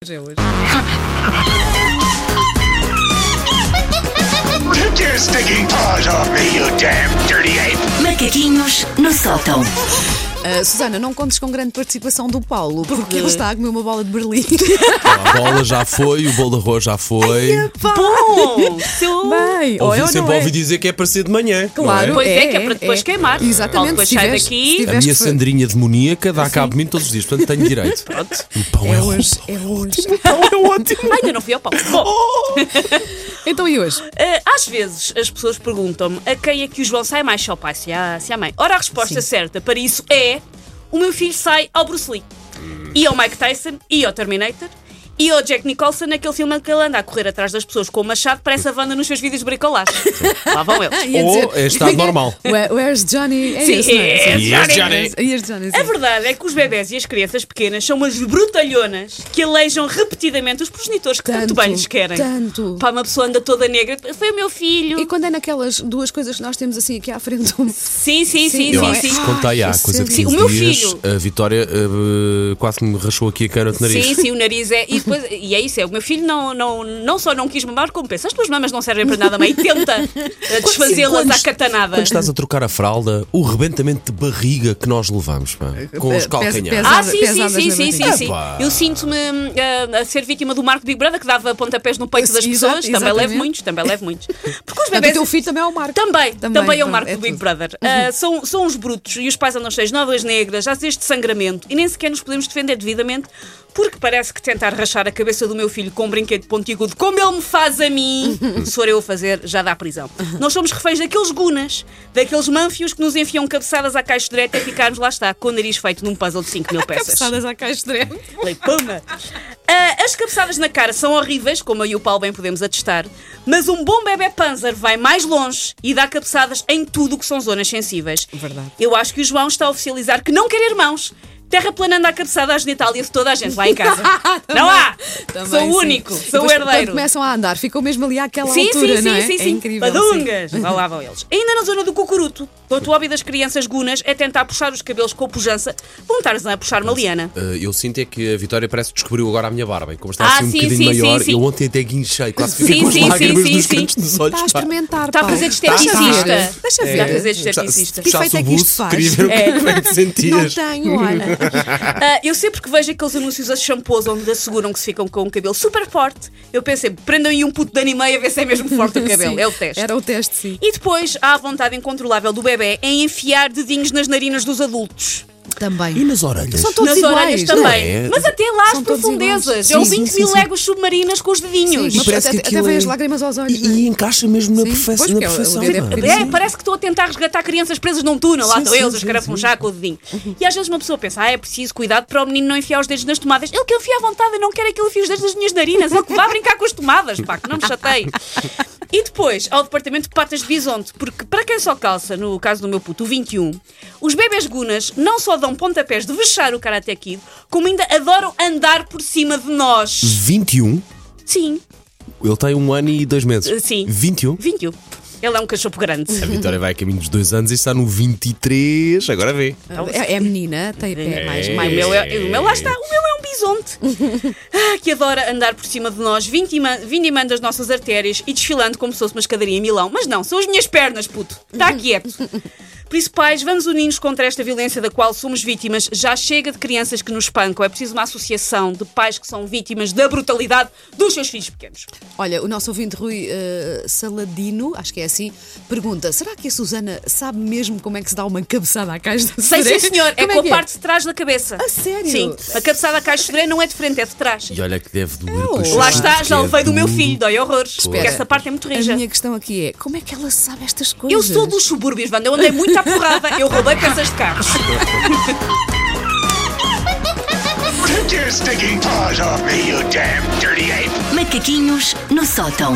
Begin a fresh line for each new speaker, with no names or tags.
é,
estrelas.
Take your stinking paws off me, you damn dirty ape!
Macaquinhos no sótão.
Ah, Susana, não contes com grande participação do Paulo, porque ele está a comer uma bola de Berlim.
A bola já foi, o bolo de arroz já foi.
Bom! Seu...
Bem, ou é
ouvi,
ou não
sempre
é?
ouvi dizer que é parecido de manhã.
Claro,
não é?
Pois é, que é para depois queimar.
Exatamente,
Depois
se
sai
tiveres-
daqui.
se tiveres
A minha
fe-
sandrinha demoníaca dá cabo de mim todos os dias, portanto tenho direito. O pão é,
É
o-
hoje, é hoje.
pão é ótimo.
Ai, eu não fui ao pau. Bom,
Então e hoje?
eh, às vezes as pessoas perguntam-me a quem é que o João sai mais, se ao pai, se à, se à mãe. Ora, a resposta certa para isso é o meu filho sai ao Bruce Lee, e ao Mike Tyson, e ao Terminator, e ao Jack Nicholson naquele filme em que ele anda a correr atrás das pessoas com o machado para essa Wanda nos seus vídeos de bricolagem. Lá vão eles.
Ia
Ou é estado normal.
Where- where's Johnny? É
Sim,
isso, não é?
yes,
Sim.
Yes, Johnny.
Yes, yes, Johnny, sim.
A verdade é que os bebés e as crianças pequenas são umas brutalhonas que alejam repetidamente os progenitores que tanto,
Tanto,
bem lhes querem.
tanto.
Pá, uma pessoa anda toda negra. Foi o meu filho.
E quando é naquelas duas coisas que nós temos assim aqui à frente um.
Sim, sim, sim,
Eu
sim,
acho
sim.
que te contei há
Ai,
coisa de
sim,
15
o meu
dias.
filho.
A Vitória eh, quase que me rachou aqui a cara do nariz.
Sim, sim, o nariz é. E, depois- e é isso, é. O meu filho não, não, não só não quis mamar, como pensa. As tuas mamas não servem para nada, mãe. Tenta eh, desfazê-las à catanada.
Quando estás a trocar a fralda, o rebentamento de barriga que nós levamos, pá, com os
Pe- pesa-
calcanhares.
pesa-
Ah, sim, sim,
pesadas
sim,
mesmo
sim, sim,
assim.
sim.
Epá.
Eu sinto-me hum, a- a ser vítima do Marco Big Brother que dava pontapés no peito das
Exato,
pessoas. Também
exatamente.
levo muitos, também levo muitos. Porque os
Portanto, o
bebés.
teu filho também é o Marco.
Também, também, é o
pronto,
Marco do Big
tudo.
Brother. Ah, são, são uns brutos e os pais andam cheios de novas negras, às vezes de sangramento, e nem sequer nos podemos defender devidamente, porque parece que tentar rachar a cabeça do meu filho com um brinquedo pontiagudo, como ele me faz a mim, se for eu a fazer, já dá prisão. Nós somos reféns daqueles gunas, daqueles manfios que nos enfiam cabeçadas à caixa direita e ficarmos lá está, com o nariz feito num puzzle de 5 mil peças.
Cabeçadas à caixa extrema.
Falei, puma! Ah, as cabeçadas na cara são horríveis, como eu e o Paulo bem podemos atestar, mas um bom bebê panzer vai mais longe e dá cabeçadas em tudo que são zonas sensíveis.
Verdade.
Eu acho que o João está a oficializar que não quer irmãos. Terraplanando a cabeçada à genitália de toda a gente lá em casa. não há!
Também,
sou
sim.
o único,
E
sou o
depois, Quando
herdeiro.
começam a andar, ficam mesmo ali àquela altura,
sim,
não é?
sim, sim,
É
sim.
incrível.
Badungas! Vá lá vão eles. Ainda na zona do cucuruto, o hobby das crianças gunas é tentar puxar os cabelos com a pujança, como Tarzan a puxar uma liana.
Eh, eu sinto é que a Vitória parece que descobriu agora a minha barba. E como está
Ah,
assim um
sim,
bocadinho
sim, sim,
maior,
sim.
eu ontem até guinchei, quase fiquei
Sim,
com as
sim, sim,
lágrimas
sim,
nos
sim.
cantos dos olhos.
Está a
pá.
experimentar.
Está a
Paulo.
fazer de
Está a
esteticista. É.
ver. Deixa
Está a fazer
ver.
de
Puxa-
esteticista.
Que
puxasse
efeito é
o
que isto
buço,
faz?
queria ver o que é que foi que
Não
sentias.
tenho, olha.
Ah, eu sempre que vejo aqueles anúncios a shampoos onde asseguram que se ficam com o cabelo super forte, eu penso sempre, prendam aí um puto de ano e meio a ver se é mesmo forte o cabelo.
Sim,
é o teste.
Era o teste, sim.
E depois há a vontade incontrolável do bebê em enfiar dedinhos nas narinas dos adultos.
E
Também.
nas orelhas?
São todos
nas
iguais,
orelhas
não é?
também.
é?
Mas até lá
São
as
todos iguais.
profundezas. eu
Sim,
20
sim,
mil
sim, sim.
léguas submarinas com os dedinhos.
Sim, mas
parece
até-
que aquilo
até vêm
é-
as lágrimas aos olhos,
E,
não é?
e encaixa mesmo na,
Sim,
perfe...
pois,
na
porque é o- o
perfeição.
dedo é
não
pequenino.
É, parece que estou a tentar resgatar crianças presas num túnel. Lá
Sim,
estão
sim,
eles a
sim,
escarafunchar com o dedinho. E às vezes uma pessoa pensa, ah, é preciso cuidado para o menino não enfiar os dedos nas tomadas. Ele que enfia à vontade, eu não quero aquele enfie os dedos nas minhas narinas. Ele que vá brincar com as tomadas, pá, que não me chateie. E depois ao departamento de patas de bisonte, porque para quem só calça, no caso do meu puto, o 21, os bebés gunas não só dão pontapés de vexar o Karate Kid, como ainda adoram andar por cima de
Hum.
nós.
21?
Sim,
Ele tem um ano e dois meses.
Eh, Sim.
21?
21. Ele é um cachorro grande.
A Vitória vai a caminho dos dois anos e está no 23. Agora vê.
É, é menina, tem pé mais,
Ai,
mais.
o, Então, meu é, o meu lá está, o meu é um bisonte Ah, que adora andar por cima de nós, vindima- vindimando as nossas artérias e desfilando como se fosse uma escadaria em Milão. Mas não, são as minhas pernas, puto. Está quieto. Por isso, pais, vamos unir-nos contra esta violência da qual somos vítimas. Já chega de crianças que nos espancam. É preciso uma associação de pais que são vítimas da brutalidade dos seus filhos pequenos.
Olha, o nosso ouvinte Rui eh, Saladino, acho que é assim, pergunta: será que a Susana sabe mesmo como é que se dá uma cabeçada à caixa da
Sei, sim,
Sodré?
senhor. É
Como
com a
que
parte de trás da cabeça.
A sério?
Sim. A cabeçada à caixa de orelha não é de frente, é de trás.
E olha é que deve doer.
Oh.
pois,
Lá
sim,
está, já
deve
levei do meu
doer.
filho, dói horrores. Porque essa parte é muito rija.
A minha questão aqui é: como é que ela sabe estas
Eu
coisas?
sou dos subúrbios, Wanda. Eu andei muito à porrada. Eu roubei peças de carros.
Take your stinking paws off me, you damn dirty ape!
Macaquinhos no sótão.